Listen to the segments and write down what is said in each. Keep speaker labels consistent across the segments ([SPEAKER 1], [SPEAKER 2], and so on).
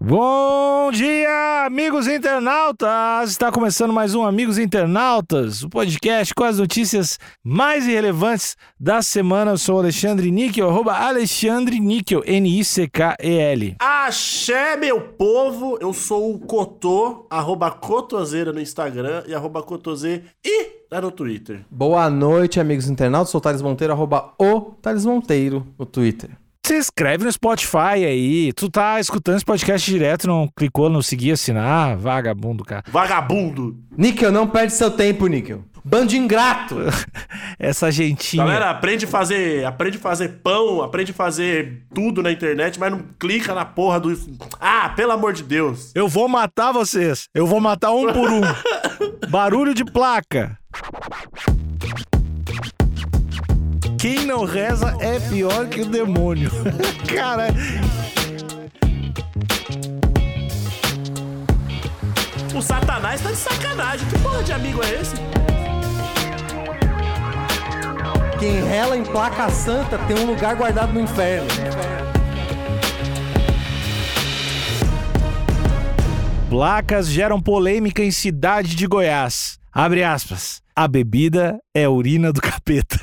[SPEAKER 1] Bom dia, amigos internautas! Está começando mais um Amigos Internautas, o podcast com as notícias mais irrelevantes da semana. Eu sou o Alexandre Níquel, arroba Alexandre Níquel, N-I-C-K-E-L.
[SPEAKER 2] Axé, meu povo! Eu sou o Cotô, arroba Cotoseira no Instagram e arroba Cotose e lá no Twitter.
[SPEAKER 3] Boa noite, amigos internautas. Sou o Thales Monteiro, arroba o Thales Monteiro no Twitter.
[SPEAKER 1] Se inscreve no Spotify aí, tu tá escutando esse podcast direto, não clicou, não seguia, assinar, vagabundo, cara.
[SPEAKER 2] Vagabundo!
[SPEAKER 3] Níquel, não perde seu tempo, Níquel. Bando ingrato!
[SPEAKER 1] Essa gentinha.
[SPEAKER 2] Galera, aprende a fazer, aprende a fazer pão, aprende a fazer tudo na internet, mas não clica na porra do. Ah, pelo amor de Deus!
[SPEAKER 1] Eu vou matar vocês. Eu vou matar um por um. Barulho de placa. Quem não reza é pior que o demônio. Cara,
[SPEAKER 2] O Satanás tá de sacanagem. Que porra de amigo é esse?
[SPEAKER 3] Quem rela em placa santa tem um lugar guardado no inferno.
[SPEAKER 1] placas geram polêmica em cidade de Goiás. Abre aspas. A bebida é a urina do capeta.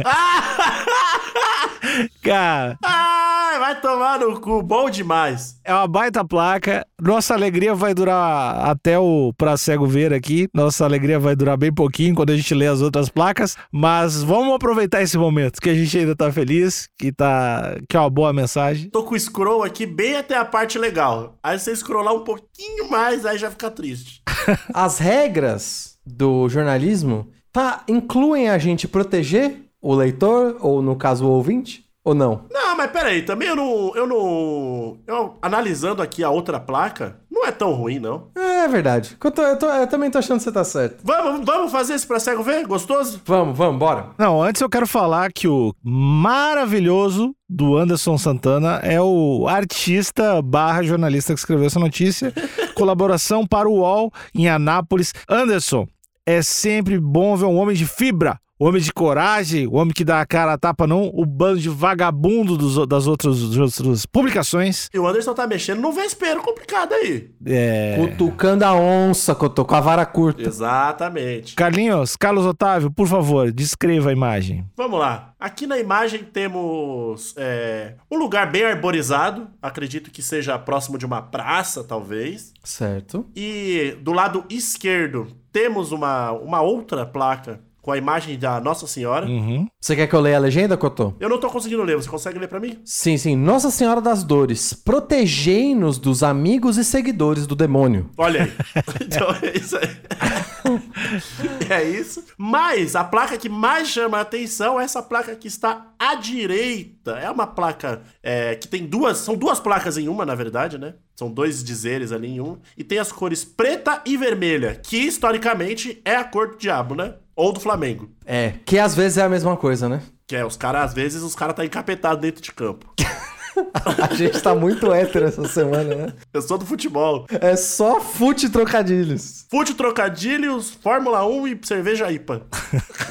[SPEAKER 1] Cara,
[SPEAKER 2] Ah, vai tomar no cu, bom demais.
[SPEAKER 1] é uma baita placa. Nossa alegria vai durar até o Pra Cego Ver aqui. Nossa alegria vai durar bem pouquinho quando a gente lê as outras placas. Mas vamos aproveitar esse momento que a gente ainda tá feliz, que, tá... que é uma boa mensagem.
[SPEAKER 2] Tô com o scroll aqui bem até a parte legal. Aí você scrollar um pouquinho mais, aí já fica triste.
[SPEAKER 3] As regras do jornalismo tá, incluem a gente proteger o leitor, ou no caso o ouvinte, ou não?
[SPEAKER 2] Não, mas peraí, também eu não. Eu não. Eu, analisando aqui a outra placa, não é tão ruim, não.
[SPEAKER 3] É verdade. Eu, tô- eu tô- eu também tô achando que você tá certo.
[SPEAKER 2] Vamos, vamos fazer esse pra cego ver? Gostoso?
[SPEAKER 3] Vamos, vamos, bora.
[SPEAKER 1] Não, antes eu quero falar que o maravilhoso do Anderson Santana é o artista barra jornalista que escreveu essa notícia. Colaboração para o UOL em Anápolis. Anderson, é sempre bom ver um homem de fibra. O homem de coragem, o homem que dá a cara a tapa, não o bando de vagabundo dos o- das, outras, das outras publicações.
[SPEAKER 2] E o Anderson tá mexendo num vespeiro complicado aí.
[SPEAKER 1] É...
[SPEAKER 3] Cutucando a onça, que eu tô com a vara curta.
[SPEAKER 2] Exatamente.
[SPEAKER 1] Carlinhos, Carlos Otávio, por favor, descreva a imagem.
[SPEAKER 2] Vamos lá. Aqui na imagem temos é, um lugar bem arborizado. Acredito que seja próximo de uma praça, talvez.
[SPEAKER 3] Certo.
[SPEAKER 2] E do lado esquerdo temos uma, uma outra placa com a imagem da Nossa Senhora.
[SPEAKER 1] Uhum.
[SPEAKER 3] Você quer que eu leia a legenda, Cotô?
[SPEAKER 2] Eu não tô conseguindo ler, você consegue ler pra mim?
[SPEAKER 3] Sim, sim. Nossa Senhora das Dores, protegei-nos dos amigos e seguidores do demônio.
[SPEAKER 2] Olha aí. então é isso aí. é isso. Mas a placa que mais chama a atenção é essa placa que está à direita. É uma placa é, que tem duas. São duas placas em uma, na verdade, né? São dois dizeres ali em uma. E tem as cores preta e vermelha, que historicamente é a cor do diabo, né? Ou do Flamengo.
[SPEAKER 3] É, que às vezes é a mesma coisa, né?
[SPEAKER 2] Que é, os caras, às vezes, os caras tá encapetados dentro de campo.
[SPEAKER 3] A gente tá muito hétero essa semana, né?
[SPEAKER 2] Eu sou do futebol.
[SPEAKER 3] É só fute trocadilhos.
[SPEAKER 2] Fute trocadilhos, Fórmula 1 e cerveja IPA.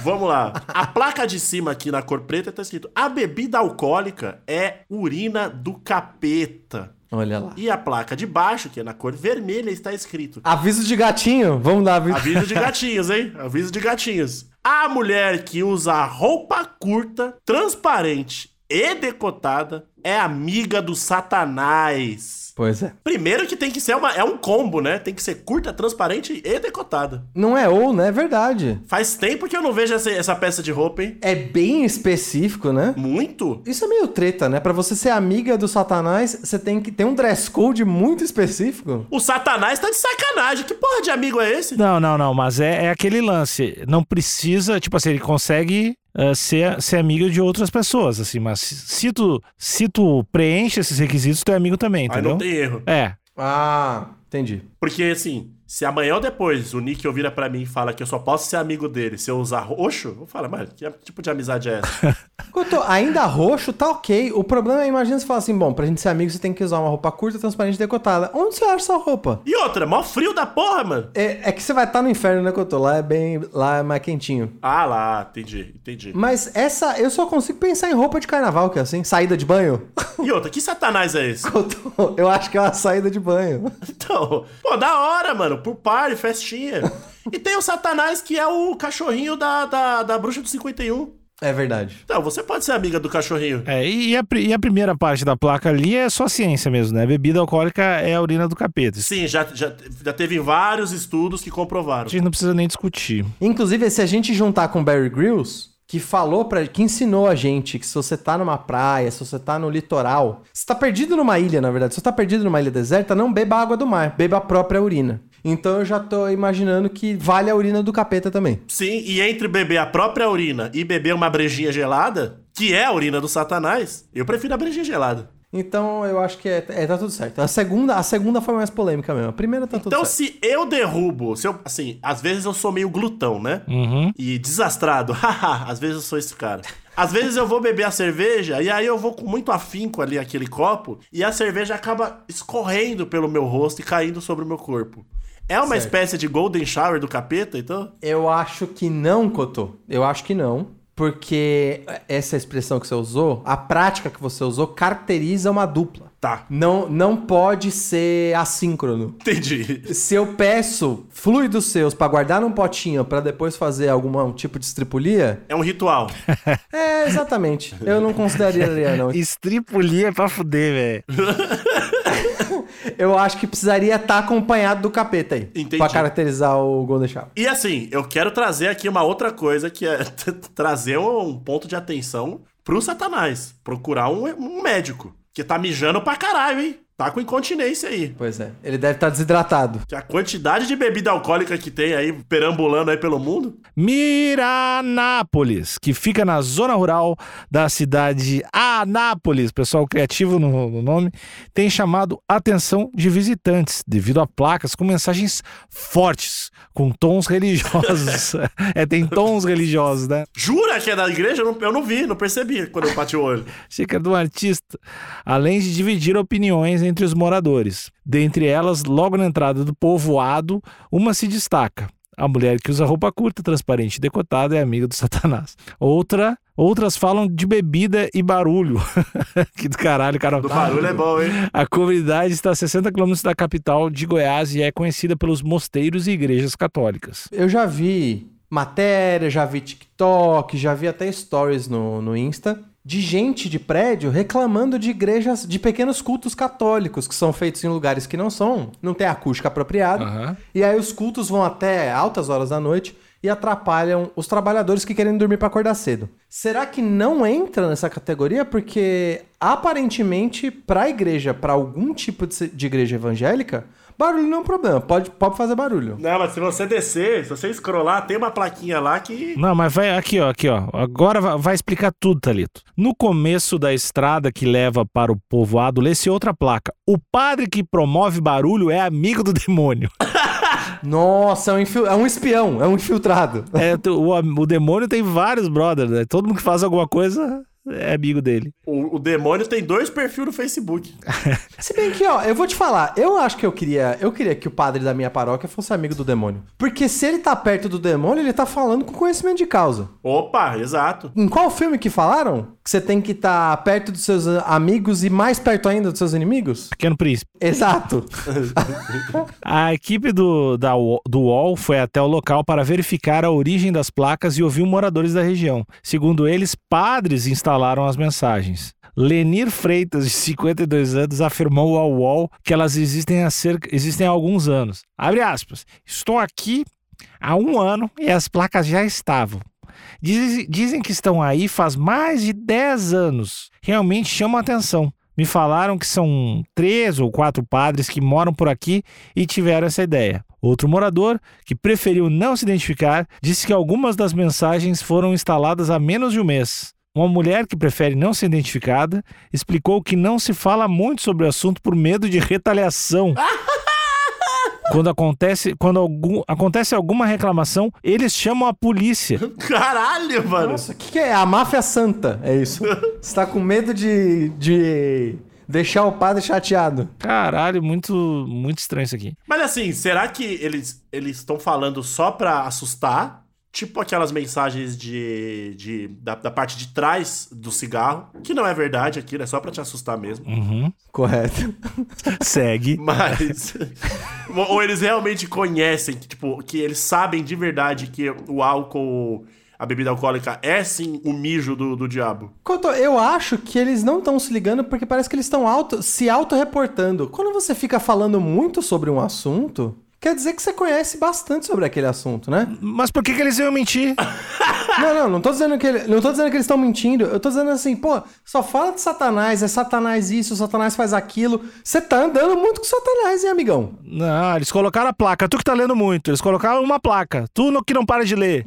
[SPEAKER 2] Vamos lá. A placa de cima aqui na cor preta tá escrito: a bebida alcoólica é urina do capeta.
[SPEAKER 3] Olha lá.
[SPEAKER 2] E a placa de baixo, que é na cor vermelha, está escrito:
[SPEAKER 3] Aviso de gatinho, vamos dar aviso.
[SPEAKER 2] aviso de gatinhos, hein? Aviso de gatinhos. A mulher que usa roupa curta, transparente e decotada é amiga do satanás.
[SPEAKER 3] Pois é.
[SPEAKER 2] Primeiro que tem que ser uma, é um combo, né? Tem que ser curta, transparente e decotada.
[SPEAKER 3] Não é ou, né? É verdade.
[SPEAKER 2] Faz tempo que eu não vejo essa, essa peça de roupa, hein?
[SPEAKER 3] É bem específico, né?
[SPEAKER 2] Muito?
[SPEAKER 3] Isso é meio treta, né? Pra você ser amiga do Satanás, você tem que ter um dress code muito específico.
[SPEAKER 2] O Satanás tá de sacanagem. Que porra de amigo é esse?
[SPEAKER 1] Não, não, não, mas é, é aquele lance. Não precisa, tipo assim, ele consegue eh, ser, ser amigo de outras pessoas, assim, mas se, se tu, se tu preenche esses requisitos, tu é amigo também,
[SPEAKER 2] Aí não
[SPEAKER 1] entendeu?
[SPEAKER 2] tem erro.
[SPEAKER 1] É.
[SPEAKER 3] Ah, entendi.
[SPEAKER 2] Porque, assim, Se amanhã ou depois o Nick vira pra mim e fala que eu só posso ser amigo dele se eu usar roxo, eu falo, mano, que tipo de amizade é essa?
[SPEAKER 3] Couto, ainda roxo, tá ok. O problema é, imagina você falar assim, bom, pra gente ser amigo, você tem que usar uma roupa curta, transparente e decotada. Onde você acha essa roupa?
[SPEAKER 2] e outra, mó frio da porra, mano.
[SPEAKER 3] É, é que você vai estar no inferno, né, Couto? Lá é bem... Lá é mais quentinho.
[SPEAKER 2] Ah lá, entendi, entendi.
[SPEAKER 3] Mas essa... Eu só consigo pensar em roupa de carnaval, que é assim. Saída de banho.
[SPEAKER 2] E outra, que satanás é esse?
[SPEAKER 3] Couto, eu acho que é uma saída de banho.
[SPEAKER 2] Então, pô, da hora, mano. Por party, festinha. E tem o Satanás, que é o cachorrinho da, da, da bruxa do 51.
[SPEAKER 3] É verdade.
[SPEAKER 2] Então, você pode ser amiga do cachorrinho.
[SPEAKER 1] É, e, a, pri- e a primeira parte da placa ali é só ciência mesmo, né? Bebida alcoólica é a urina do capeta. Isso
[SPEAKER 2] Sim, já, já, já teve vários estudos que comprovaram.
[SPEAKER 1] a gente não precisa nem discutir.
[SPEAKER 3] Inclusive, se a gente juntar com o Barry Grylls, que falou para que ensinou a gente que se você tá numa praia, se você tá no litoral, se tá perdido numa ilha, na verdade, se você tá perdido numa ilha deserta, não beba água do mar, beba a própria urina. Então eu já tô imaginando que vale a urina do capeta também.
[SPEAKER 2] Sim, e entre beber a própria urina e beber uma brejinha gelada, que é a urina do Satanás, eu prefiro a brejinha gelada.
[SPEAKER 3] Então eu acho que é, é, tá tudo certo. A segunda, a segunda foi mais polêmica mesmo. A primeira tá tudo
[SPEAKER 2] Então,
[SPEAKER 3] certo.
[SPEAKER 2] se eu derrubo, se eu, assim, às vezes eu sou meio glutão, né?
[SPEAKER 3] Uhum.
[SPEAKER 2] E desastrado, haha, às vezes eu sou esse cara. Às vezes eu vou beber a cerveja e aí eu vou com muito afinco ali aquele copo e a cerveja acaba escorrendo pelo meu rosto e caindo sobre o meu corpo. É uma
[SPEAKER 3] Certo.
[SPEAKER 2] espécie de golden shower do capeta, então?
[SPEAKER 3] Eu acho que não, Cotô. Eu acho que não. Porque essa expressão que você usou, a prática que você usou, caracteriza uma dupla.
[SPEAKER 2] Tá,
[SPEAKER 3] Não, não pode ser assíncrono.
[SPEAKER 2] entendi.
[SPEAKER 3] Se eu peço fluidos seus pra guardar num potinho pra depois fazer algum um tipo de estripulia,
[SPEAKER 2] É um ritual.
[SPEAKER 3] é exatamente. Eu não consideraria não.
[SPEAKER 1] Estripulia é pra fuder, velho.
[SPEAKER 3] Eu acho que precisaria estar acompanhado do capeta aí,
[SPEAKER 2] Entendi.
[SPEAKER 3] Pra caracterizar o Golden Shower.
[SPEAKER 2] E assim, eu quero trazer aqui uma outra coisa que é t- trazer um ponto de atenção pro Satanás. Procurar um, um médico. Que tá mijando pra caralho, hein? Tá com incontinência aí.
[SPEAKER 3] Pois é, ele deve estar desidratado.
[SPEAKER 2] Que a quantidade de bebida alcoólica que tem aí perambulando aí pelo mundo.
[SPEAKER 1] Miranápolis, que fica na zona rural da cidade Anápolis, pessoal criativo no, no nome, tem chamado a atenção de visitantes devido a placas com mensagens fortes, com tons religiosos. é, tem tons religiosos, né?
[SPEAKER 2] Jura que é da igreja? Eu não, eu não vi, não percebi quando eu bati o olho.
[SPEAKER 1] Chica do artista, além de dividir opiniões entre os moradores. Dentre elas, logo na entrada do povoado, uma se destaca. A mulher que usa roupa curta, transparente e decotada é amiga do Satanás. Outra, outras falam de bebida e barulho. que do caralho, cara.
[SPEAKER 2] Do barulho é bom, hein?
[SPEAKER 1] A comunidade está a 60 quilômetros da capital de Goiás e é conhecida pelos mosteiros e igrejas católicas.
[SPEAKER 3] Eu já vi matéria, já vi TikTok, já vi até stories no, no Insta de gente de prédio reclamando de igrejas, de pequenos cultos católicos que são feitos em lugares que não são, não tem acústica apropriada.
[SPEAKER 1] Aham.
[SPEAKER 3] E aí os cultos vão até altas horas da noite e atrapalham os trabalhadores que querem dormir para acordar cedo. Será que não entra nessa categoria porque aparentemente para igreja, para algum tipo de se- de igreja evangélica, barulho não é um problema, pode pode fazer barulho.
[SPEAKER 2] Não, mas se você descer, se você escrolar, tem uma plaquinha lá que.
[SPEAKER 1] Não, mas vai aqui, ó, aqui, ó. Agora va- vai explicar tudo, Thalito. No começo da estrada que leva para o povoado, lê-se outra placa. O padre que promove barulho é amigo do demônio.
[SPEAKER 3] Nossa, é um, infil- é um espião, é um infiltrado.
[SPEAKER 1] É, tu- o, am- o demônio tem vários brothers, né? Todo mundo que faz alguma coisa é amigo dele.
[SPEAKER 2] O, o demônio tem dois perfis no Facebook.
[SPEAKER 3] Se bem que, ó, eu vou te falar, eu acho que eu queria, eu queria que o padre da minha paróquia fosse amigo do demônio. Porque se ele tá perto do demônio, ele tá falando com conhecimento de causa.
[SPEAKER 2] Opa, exato.
[SPEAKER 3] Em qual filme que falaram? Que você tem que estar perto dos seus amigos e mais perto ainda dos seus inimigos?
[SPEAKER 1] Pequeno príncipe.
[SPEAKER 3] Exato.
[SPEAKER 1] A equipe do, da, U- do UOL foi até o local para verificar a origem das placas e ouviu moradores da região. Segundo eles, padres instalaram as mensagens. Lenir Freitas, de 52 anos, afirmou ao UOL que elas existem há, cerca, existem há alguns anos. Abre aspas. Estou aqui há um ano e as placas já estavam. Dizem, dizem que estão aí faz mais de 10 anos. Realmente chama a atenção. Me falaram que são três ou quatro padres que moram por aqui e tiveram essa ideia. Outro morador, que preferiu não se identificar, disse que algumas das mensagens foram instaladas há menos de um mês. Uma mulher que prefere não ser identificada explicou que não se fala muito sobre o assunto por medo de retaliação. Quando acontece, quando algum, acontece alguma reclamação, eles chamam a polícia.
[SPEAKER 2] Caralho, mano.
[SPEAKER 3] Nossa, o que, que é? A máfia santa, é isso. Você tá com medo de, de deixar o padre chateado.
[SPEAKER 1] Caralho, muito, muito estranho isso aqui.
[SPEAKER 2] Mas assim, será que eles eles estão falando só pra assustar? Tipo aquelas mensagens de, de da, da parte de trás do cigarro, que não é verdade aqui, é Só pra te assustar mesmo.
[SPEAKER 1] Uhum.
[SPEAKER 3] Correto.
[SPEAKER 1] Segue.
[SPEAKER 2] Mas. ou eles realmente conhecem, que, tipo, que eles sabem de verdade que o álcool, a bebida alcoólica é sim o mijo do, do diabo.
[SPEAKER 3] Couto, eu acho que eles não estão se ligando porque parece que eles estão auto, se auto-reportando. Quando você fica falando muito sobre um assunto, quer dizer que você conhece bastante sobre aquele assunto, né?
[SPEAKER 1] Mas por que, que eles iam mentir?
[SPEAKER 3] Não, não, não tô dizendo que, ele- não tô dizendo que eles estão mentindo. Eu tô dizendo assim, pô, só fala de Satanás, é Satanás isso, Satanás faz aquilo. Você tá andando muito com Satanás, hein, amigão?
[SPEAKER 1] Não, eles colocaram a placa. Tu que tá lendo muito. Eles colocaram uma placa. Tu no, que não para de ler.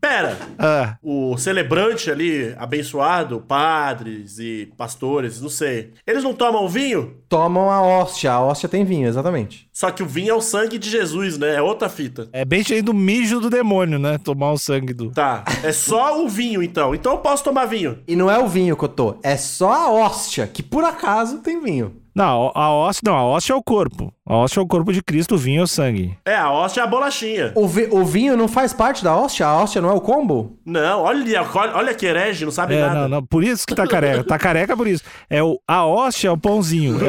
[SPEAKER 2] Pera!
[SPEAKER 1] Ah,
[SPEAKER 2] O celebrante ali, abençoado, padres e pastores, não sei. Eles não tomam vinho?
[SPEAKER 3] Tomam a hóstia, a hóstia tem vinho, exatamente.
[SPEAKER 2] Só que o vinho é o sangue de Jesus, né? É outra fita.
[SPEAKER 1] é bem cheio do mijo do demônio, né? Tomar o sangue do.
[SPEAKER 2] Tá, é só o vinho então. Então eu posso tomar vinho.
[SPEAKER 3] E não é o vinho, Cotô, é só a hóstia, que por acaso tem vinho.
[SPEAKER 1] Não, a hóstia, não, a hóstia é o corpo. A hóstia é o corpo de Cristo, o vinho é o sangue.
[SPEAKER 2] É, a hóstia é a bolachinha.
[SPEAKER 3] O, vi- o vinho não faz parte da hóstia? A hóstia não é o combo?
[SPEAKER 2] Não, olha, olha olha que herege, não sabe
[SPEAKER 1] É,
[SPEAKER 2] nada.
[SPEAKER 1] não, não, por isso que tá careca. Tá careca por isso. É o, a hóstia é o pãozinho, é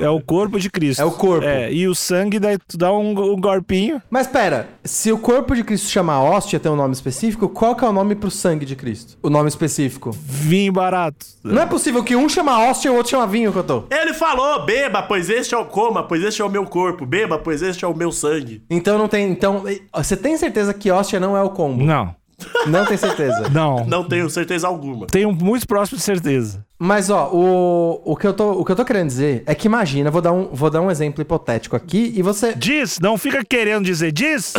[SPEAKER 1] o, é o corpo de Cristo.
[SPEAKER 3] É o corpo.
[SPEAKER 1] É, e o sangue, daí tu dá um, um gorpinho.
[SPEAKER 3] Mas pera, se o corpo de Cristo chama hóstia, tem um nome específico, qual que é o nome pro sangue de Cristo? O nome específico.
[SPEAKER 1] Vinho barato.
[SPEAKER 3] Não é possível que um chama hóstia e o outro chama vinho, Cotô.
[SPEAKER 2] Ele falou: beba, pois este é o coma, pois este é o meu corpo. Beba, pois este é o meu sangue.
[SPEAKER 3] Então não tem. Então. e- Você tem certeza que hóstia não é o combo?
[SPEAKER 1] Não,
[SPEAKER 3] Não tem certeza.
[SPEAKER 1] não.
[SPEAKER 2] Não tenho certeza alguma.
[SPEAKER 1] Tenho muito próximo de certeza.
[SPEAKER 3] Mas ó, o, o, que eu tô, o que eu tô querendo dizer é que imagina, vou dar, um, vou dar um exemplo hipotético aqui e você.
[SPEAKER 1] Diz, não fica querendo dizer diz.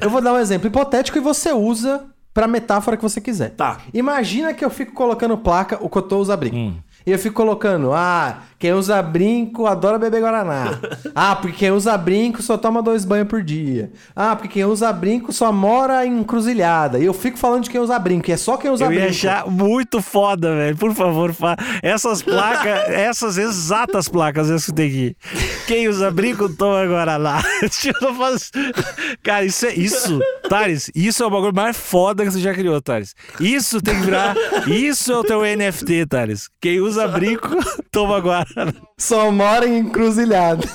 [SPEAKER 3] Eu vou dar um exemplo hipotético e você usa pra metáfora que você quiser.
[SPEAKER 2] Tá.
[SPEAKER 3] Imagina que eu fico colocando placa, o Cotô usa brinco. E eu fico colocando, ah, quem usa brinco adora beber Guaraná. ah, porque quem usa brinco só toma dois banhos por dia. Ah, porque quem usa brinco só mora em encruzilhada. E eu fico falando de quem usa brinco, e é só quem usa
[SPEAKER 1] Eu
[SPEAKER 3] brinco.
[SPEAKER 1] ia achar muito foda, velho. Por favor, fa... essas placas, essas exatas placas, essas que tem aqui. Quem usa brinco, toma Guaraná. Deixa eu não fazer- Cara, isso é isso. Thales, isso é o bagulho mais foda que você já criou, Thales. Isso tem que virar. Isso é o teu NFT, Thales. Quem usa brinco, toma Guaraná.
[SPEAKER 3] Só mora em encruzilhada.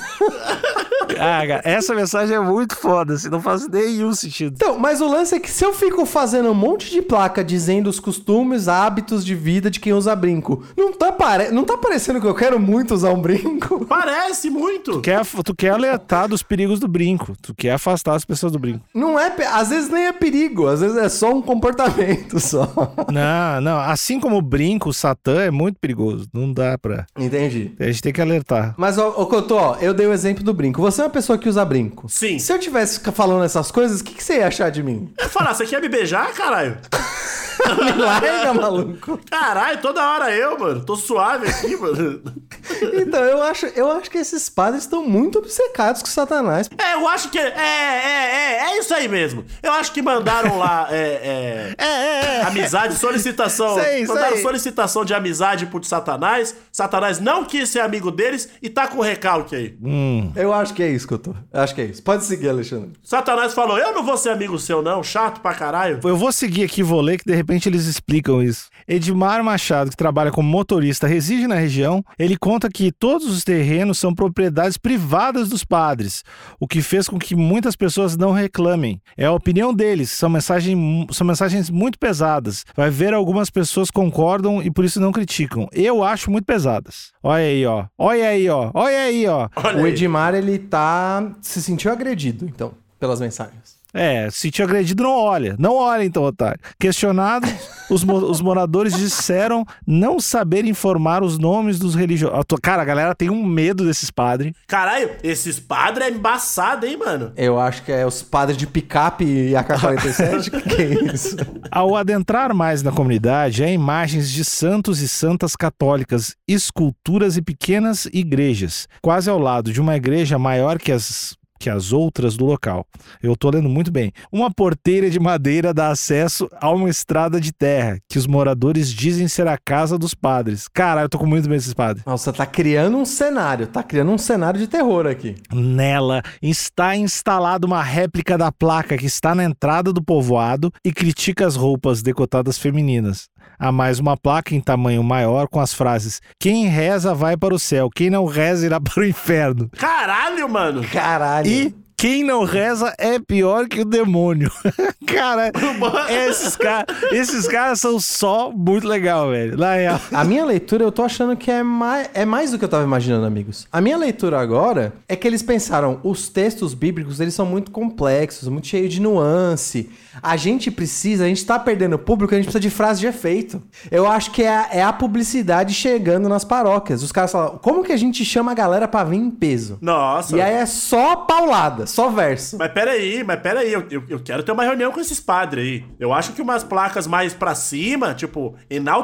[SPEAKER 1] Ah, cara, essa mensagem é muito foda, assim, não faz nenhum sentido.
[SPEAKER 3] Então, mas o lance é que se eu fico fazendo um monte de placa dizendo os costumes, hábitos de vida de quem usa brinco, não tá, pare... não tá parecendo que eu quero muito usar um brinco?
[SPEAKER 2] Parece muito.
[SPEAKER 1] Quer, af- tu quer alertar dos perigos do brinco. Tu quer afastar as pessoas do brinco.
[SPEAKER 3] Não é, pe- às vezes nem é perigo, às vezes é só um comportamento só.
[SPEAKER 1] Não, não. Assim como o brinco, o Satã é muito perigoso. Não dá pra.
[SPEAKER 3] Entendi.
[SPEAKER 1] A gente tem que alertar.
[SPEAKER 3] Mas, ô, ô Cotô, ó, eu dei o exemplo do brinco. Você é uma pessoa que usa brinco.
[SPEAKER 2] Sim.
[SPEAKER 3] Se eu tivesse fica- falando essas coisas, o que, que você ia achar de mim?
[SPEAKER 2] Falar, "Ah, você quer me beijar, caralho?
[SPEAKER 3] Me larga, maluco.
[SPEAKER 2] Caralho, toda hora eu, mano. Tô suave aqui, mano.
[SPEAKER 3] Então, eu acho, eu acho que esses padres estão muito obcecados com Satanás.
[SPEAKER 2] É, eu acho que. É, é, é, é isso aí mesmo. Eu acho que mandaram lá. É, é, Amizade, solicitação.
[SPEAKER 3] Isso aí, isso
[SPEAKER 2] mandaram
[SPEAKER 3] aí.
[SPEAKER 2] solicitação de amizade por Satanás. Satanás não quis ser amigo deles e tá com recalque aí.
[SPEAKER 3] Eu acho que é isso, Cotô. Eu acho que é isso. Pode seguir, Alexandre.
[SPEAKER 2] Satanás falou: Eu não vou ser amigo seu, não. Chato pra caralho.
[SPEAKER 1] Eu vou seguir aqui, vou ler, que de repente eles explicam isso. Edmar Machado, que trabalha como motorista, reside na região, ele conta que todos os terrenos são propriedades privadas dos padres, o que fez com que muitas pessoas não reclamem. É a opinião deles, são, mensagem, mu- são mensagens muito pesadas. Vai ver algumas pessoas concordam e por isso não criticam. Eu acho muito pesadas. Olha aí, ó. Olha aí, ó. Olha aí, ó.
[SPEAKER 2] Olha
[SPEAKER 3] O
[SPEAKER 2] aí.
[SPEAKER 3] Edmar, ele tá. se sentiu agredido, então, pelas mensagens.
[SPEAKER 1] É, se te agredido, não olha. Não olha, então, otário. Questionado, os, mo- os moradores disseram não saber informar os nomes dos religiosos. Cara, a galera tem um medo desses padres.
[SPEAKER 2] Caralho, esses padres é embaçado, hein, mano?
[SPEAKER 3] Eu acho que é os padres de picape e AK-47. que que é isso?
[SPEAKER 1] Ao adentrar mais na comunidade, há imagens de santos e santas católicas, esculturas e pequenas igrejas, quase ao lado de uma igreja maior que as que as outras do local. Eu tô lendo muito bem. Uma porteira de madeira dá acesso a uma estrada de terra, que os moradores dizem ser a casa dos padres. Cara, eu tô com muito medo desses padres.
[SPEAKER 3] Nossa, tá criando um cenário, tá criando um cenário de terror aqui.
[SPEAKER 1] Nela está instalada uma réplica da placa que está na entrada do povoado e critica as roupas decotadas femininas. Há mais uma placa em tamanho maior com as frases: Quem reza vai para o céu, quem não reza irá para o inferno.
[SPEAKER 2] Caralho, mano!
[SPEAKER 3] Caralho.
[SPEAKER 1] E quem não reza é pior que o demônio. cara,
[SPEAKER 2] Mano.
[SPEAKER 1] esses, ca- esses caras são só muito legal, velho. Na real.
[SPEAKER 3] A minha leitura, eu tô achando que é mais, é mais do que eu tava imaginando, amigos. A minha leitura agora é que eles pensaram, os textos bíblicos, eles são muito complexos, muito cheios de nuance. A gente precisa, a gente tá perdendo o público, a gente precisa de frase de efeito. Eu acho que é a, é a publicidade chegando nas paróquias. Os caras falam, como que a gente chama a galera pra vir em peso?
[SPEAKER 2] Nossa.
[SPEAKER 3] E aí é só paulada, só verso.
[SPEAKER 2] Mas peraí, mas peraí, eu, eu, eu quero ter uma reunião com esses padres aí. Eu acho que umas placas mais pra cima, tipo,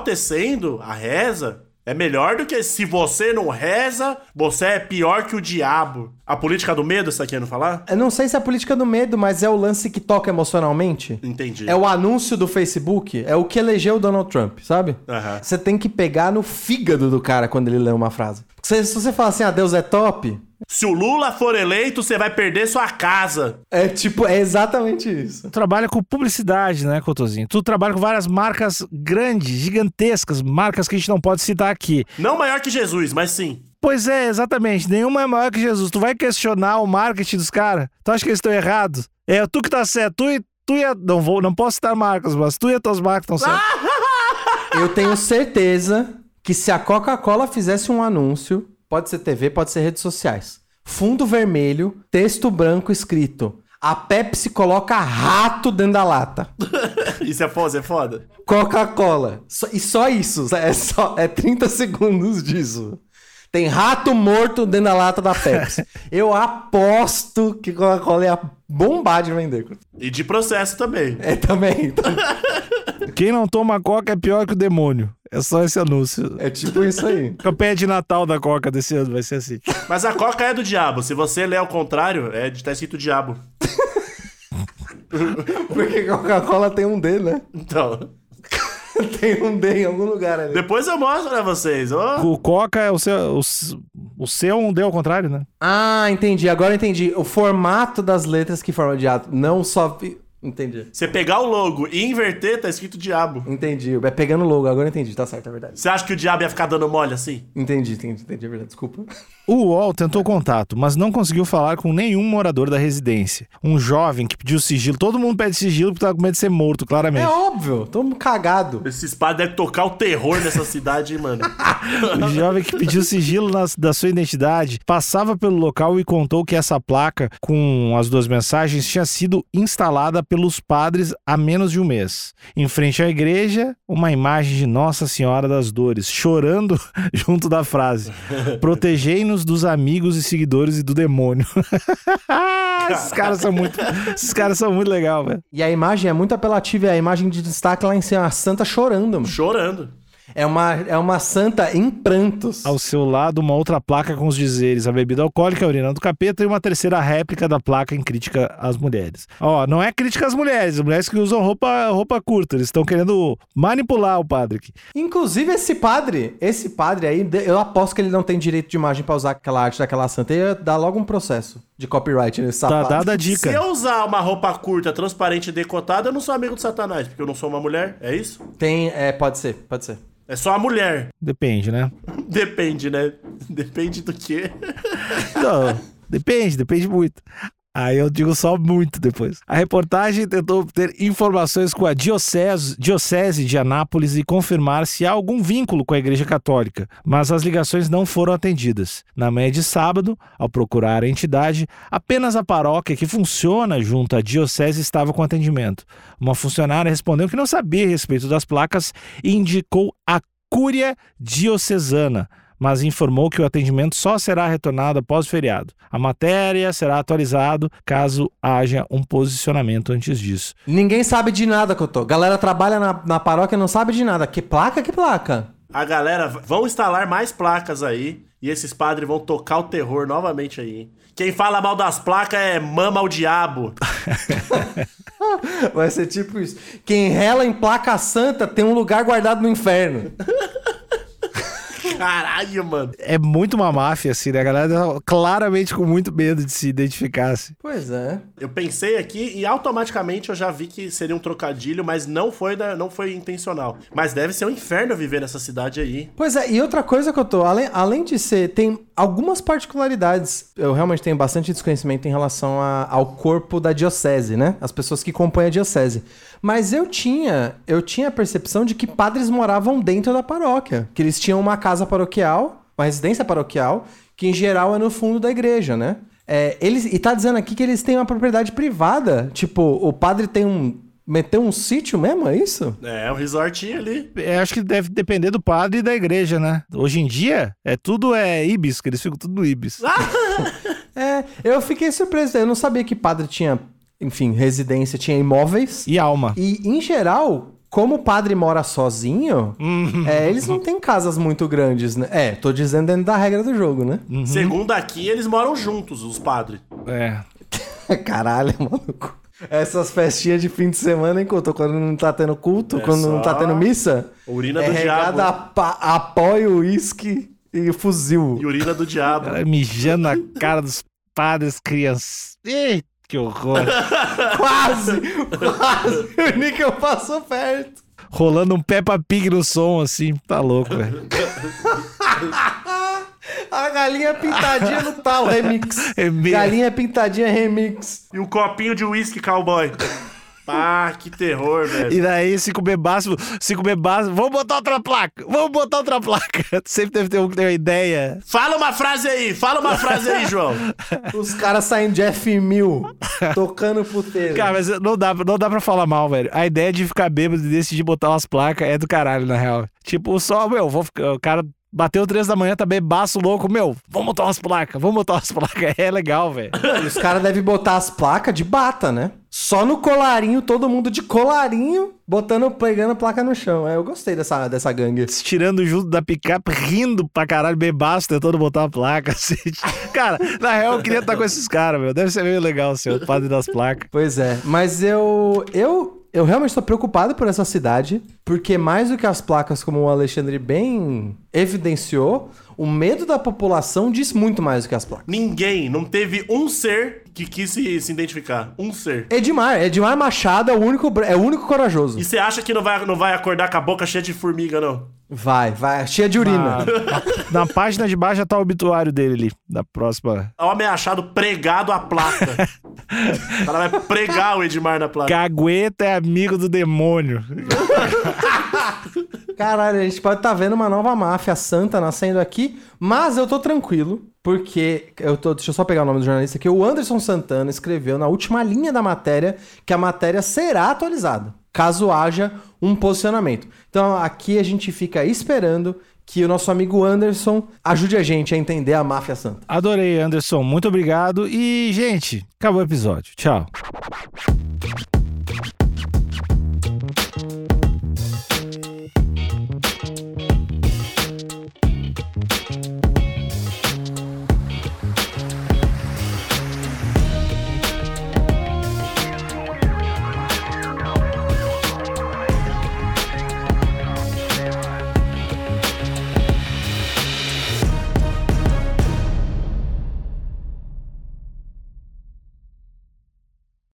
[SPEAKER 2] enaltecendo a reza, é melhor do que se você não reza, você é pior que o diabo. A política do medo, você tá querendo falar?
[SPEAKER 3] Eu não sei se é a política do medo, mas é o lance que toca emocionalmente.
[SPEAKER 2] Entendi.
[SPEAKER 3] É o anúncio do Facebook, é o que elegeu o Donald Trump, sabe?
[SPEAKER 2] Aham.
[SPEAKER 3] Você tem que pegar no fígado do cara quando ele lê uma frase. Porque se, se você fala assim, ah, Deus é top,
[SPEAKER 2] Se o Lula for eleito, você vai perder sua casa.
[SPEAKER 3] é tipo, é exatamente isso.
[SPEAKER 1] Tu trabalha com publicidade, né, Cotozinho? Tu trabalha com várias marcas grandes, gigantescas, marcas que a gente não pode citar aqui.
[SPEAKER 2] Não maior que Jesus, mas sim.
[SPEAKER 1] Pois é, exatamente. Nenhuma é maior que Jesus. Tu vai questionar o marketing dos caras? Tu acha que eles estão errados? É tu que tá certo. Tu e, tu e a... Não, vou, não posso citar marcas, mas tu e as tuas marcas estão certas.
[SPEAKER 3] Eu tenho certeza que se a Coca-Cola fizesse um anúncio, pode ser TV, pode ser redes sociais. Fundo vermelho, texto branco escrito. A Pepsi coloca rato dentro da lata.
[SPEAKER 2] Isso é foda, é foda.
[SPEAKER 3] Coca-Cola. Só- E só isso. É, só, é 30 segundos disso. Tem rato morto dentro da lata da Pepsi. Eu aposto que Coca-Cola ia bombar de vender.
[SPEAKER 2] E de processo também.
[SPEAKER 3] É também. então,
[SPEAKER 1] Quem não toma coca é pior que o demônio. É só esse anúncio.
[SPEAKER 3] é tipo isso aí.
[SPEAKER 1] Campanha de Natal da Coca desse ano vai ser assim.
[SPEAKER 2] Mas a coca é do diabo. Se você ler ao contrário, é de tá escrito diabo.
[SPEAKER 3] Porque Coca-Cola tem um D, né?
[SPEAKER 2] Então.
[SPEAKER 3] Tem um D em algum lugar ali.
[SPEAKER 2] Depois eu mostro pra vocês. Ô,
[SPEAKER 1] O Coca é o seu. O, s- o seu não deu ao contrário, né?
[SPEAKER 3] Ah, entendi. Agora entendi. O formato das letras que forma de ato. Não só. Entendi.
[SPEAKER 2] Você pegar o logo e inverter, tá escrito diabo.
[SPEAKER 3] Entendi. É pegando o logo, agora entendi. Tá certo, é verdade.
[SPEAKER 2] Você acha que o diabo ia ficar dando mole assim?
[SPEAKER 3] Entendi, entendi, entendi. É verdade. Desculpa.
[SPEAKER 1] O UOL tentou contato, mas não conseguiu falar com nenhum morador da residência. Um jovem que pediu sigilo. Todo mundo pede sigilo porque tá com medo de ser morto,
[SPEAKER 3] É
[SPEAKER 1] claramente.
[SPEAKER 3] óbvio. Tô cagado.
[SPEAKER 2] Esse espada deve tocar o terror nessa cidade, hein, mano.
[SPEAKER 1] O jovem que pediu sigilo na- da sua identidade passava pelo local e contou que essa placa com as duas mensagens tinha sido instalada pelos padres há menos de um mês. Em frente à igreja, uma imagem de Nossa Senhora das Dores, chorando junto da frase: Protegei-nos dos amigos e seguidores e do demônio. esses caras são muito, esses caras são muito legal, velho.
[SPEAKER 3] E a imagem é muito apelativa, é a imagem de destaque lá em cima, a santa chorando, mano.
[SPEAKER 2] Chorando.
[SPEAKER 3] É uma, é uma santa em prantos.
[SPEAKER 1] Ao seu lado, uma outra placa com os dizeres: a bebida alcoólica, é a urina do capeta, e uma terceira réplica da placa em crítica às mulheres. Ó, não é crítica às mulheres, as mulheres que usam roupa, roupa curta, eles estão querendo manipular o padre. aqui.
[SPEAKER 3] Inclusive esse padre, esse padre aí, de- eu aposto que ele não tem direito de imagem pra usar aquela arte daquela santa. Ele dá logo um processo de copyright nesse
[SPEAKER 1] Tá
[SPEAKER 3] sapato.
[SPEAKER 1] dada a
[SPEAKER 2] Se
[SPEAKER 1] dica.
[SPEAKER 2] eu usar uma roupa curta, transparente e decotada, eu não sou amigo de Satanás, porque eu não sou uma mulher. É isso?
[SPEAKER 3] Tem, é, pode ser, pode ser.
[SPEAKER 2] É só a mulher.
[SPEAKER 1] Depende, né?
[SPEAKER 2] Depende, né? Depende do quê?
[SPEAKER 1] Não, depende, depende muito. Aí eu digo só muito depois. A reportagem tentou obter informações com a diocese, diocese de Anápolis e confirmar se há algum vínculo com a Igreja Católica, mas as ligações não foram atendidas. Na manhã de sábado, ao procurar a entidade, apenas a paróquia que funciona junto à diocese estava com atendimento. Uma funcionária respondeu que não sabia a respeito das placas e indicou a Cúria Diocesana, mas informou que o atendimento só será retornado após o feriado. A matéria será atualizada caso haja um posicionamento antes disso.
[SPEAKER 3] Ninguém sabe de nada que eu tô. Galera trabalha na, na paróquia e não sabe de nada. Que placa, que placa.
[SPEAKER 2] A galera, vão instalar mais placas aí. E esses padres vão tocar o terror novamente aí, hein? Quem fala mal das placas é mama ao diabo.
[SPEAKER 3] Vai ser tipo isso. Quem rela em placa santa tem um lugar guardado no inferno.
[SPEAKER 2] Caralho, mano.
[SPEAKER 1] É muito uma máfia, assim, né? A galera tá claramente com muito medo de se identificar. assim.
[SPEAKER 3] Pois é.
[SPEAKER 2] Eu pensei aqui e automaticamente eu já vi que seria um trocadilho, mas não foi, da- não foi intencional. Mas deve ser um inferno viver nessa cidade aí.
[SPEAKER 3] Pois é, e outra coisa que eu tô, além, além de ser, tem algumas particularidades. Eu realmente tenho bastante desconhecimento em relação a- ao corpo da diocese, né? As pessoas que compõem a diocese. Mas eu tinha, eu tinha a percepção de que padres moravam dentro da paróquia, que eles tinham uma casa paroquial, uma residência paroquial, que em geral é no fundo da igreja, né? É, eles, e tá dizendo aqui que eles têm uma propriedade privada, tipo, o padre tem um meteu um sítio mesmo, é isso?
[SPEAKER 2] É, um resortinho ali.
[SPEAKER 1] É, acho que deve depender do padre e da igreja, né? Hoje em dia, é tudo é Ibis, que eles ficam tudo no Ibis.
[SPEAKER 3] É, eu fiquei surpreso. Eu não sabia que padre tinha, enfim, residência, tinha imóveis.
[SPEAKER 1] E alma.
[SPEAKER 3] E, em geral, como o padre mora sozinho,
[SPEAKER 2] Uhum.
[SPEAKER 3] é, eles não têm casas muito grandes, né? É, tô dizendo dentro da regra do jogo, né?
[SPEAKER 1] Uhum.
[SPEAKER 2] Segundo aqui, eles moram juntos, os padres.
[SPEAKER 1] É.
[SPEAKER 3] Caralho,
[SPEAKER 2] é
[SPEAKER 3] maluco. Essas festinhas de fim de semana, enquanto quando não tá tendo culto,
[SPEAKER 2] É
[SPEAKER 3] quando não tá
[SPEAKER 2] só
[SPEAKER 3] tendo missa,
[SPEAKER 2] Urina
[SPEAKER 3] é
[SPEAKER 2] do
[SPEAKER 3] regada a
[SPEAKER 2] diabo.
[SPEAKER 3] pa- a apoio, uísque e fuzil.
[SPEAKER 2] E urina do diabo.
[SPEAKER 1] Cara, tá mijando na cara dos padres, crianças. Ih, que horror.
[SPEAKER 3] Quase! quase! O Nickel passou perto.
[SPEAKER 1] Rolando um Peppa Pig no som, assim. Tá louco, velho.
[SPEAKER 3] A galinha pintadinha no tal remix.
[SPEAKER 1] Remix.
[SPEAKER 3] Galinha pintadinha remix.
[SPEAKER 2] E um copinho de uísque, cowboy. Pá, que terror, velho.
[SPEAKER 1] E daí, se comer baço, se comer baço, vamos botar outra placa, vamos botar outra placa. Sempre deve ter um que tem uma ideia.
[SPEAKER 2] Fala uma frase aí, fala uma frase aí, João.
[SPEAKER 3] Os caras saindo de F1000, tocando puteiro.
[SPEAKER 1] Cara, mas não dá, não dá pra falar mal, velho. A ideia de ficar bêbado e decidir botar umas placas é do caralho, na real. Tipo, só, meu, vou ficar, o cara bateu três da manhã, tá bebaço louco, meu, vamos botar umas placas, vamos botar umas placas. É legal, velho.
[SPEAKER 3] Os caras devem botar as placas de bata, né? Só no colarinho, todo mundo de colarinho, botando, pegando placa no chão. É, eu gostei dessa, dessa gangue.
[SPEAKER 1] se tirando junto da picape, rindo pra caralho, bebaço, tentando botar a placa. assim. Cara, na real, eu queria estar com esses caras, meu. Deve ser meio legal ser o padre das placas.
[SPEAKER 3] Pois é, mas eu eu eu realmente tô preocupado por essa cidade, porque mais do que as placas, como o Alexandre bem evidenciou, o medo da população diz muito mais do que as placas.
[SPEAKER 2] Ninguém, não teve um ser que quis se, se identificar. Um ser.
[SPEAKER 3] Edmar, Edmar Machado é o único, bra- é o único corajoso.
[SPEAKER 2] E você acha que não vai, não vai acordar com a boca cheia de formiga, não?
[SPEAKER 3] Vai, vai, cheia de urina.
[SPEAKER 1] Na, na página de baixo já tá o obituário dele ali, da próxima.
[SPEAKER 2] Homem achado pregado à placa. O cara vai pregar o Edmar na placa.
[SPEAKER 1] Cagueta é amigo do demônio.
[SPEAKER 3] Caralho, a gente pode estar vendo uma nova máfia santa nascendo aqui, mas eu tô tranquilo, porque eu tô, deixa eu só pegar o nome do jornalista aqui. O Anderson Santana escreveu na última linha da matéria que a matéria será atualizada, caso haja um posicionamento. Então aqui a gente fica esperando que o nosso amigo Anderson ajude a gente a entender a máfia santa.
[SPEAKER 1] Adorei, Anderson. Muito obrigado. E, gente, acabou o episódio. Tchau.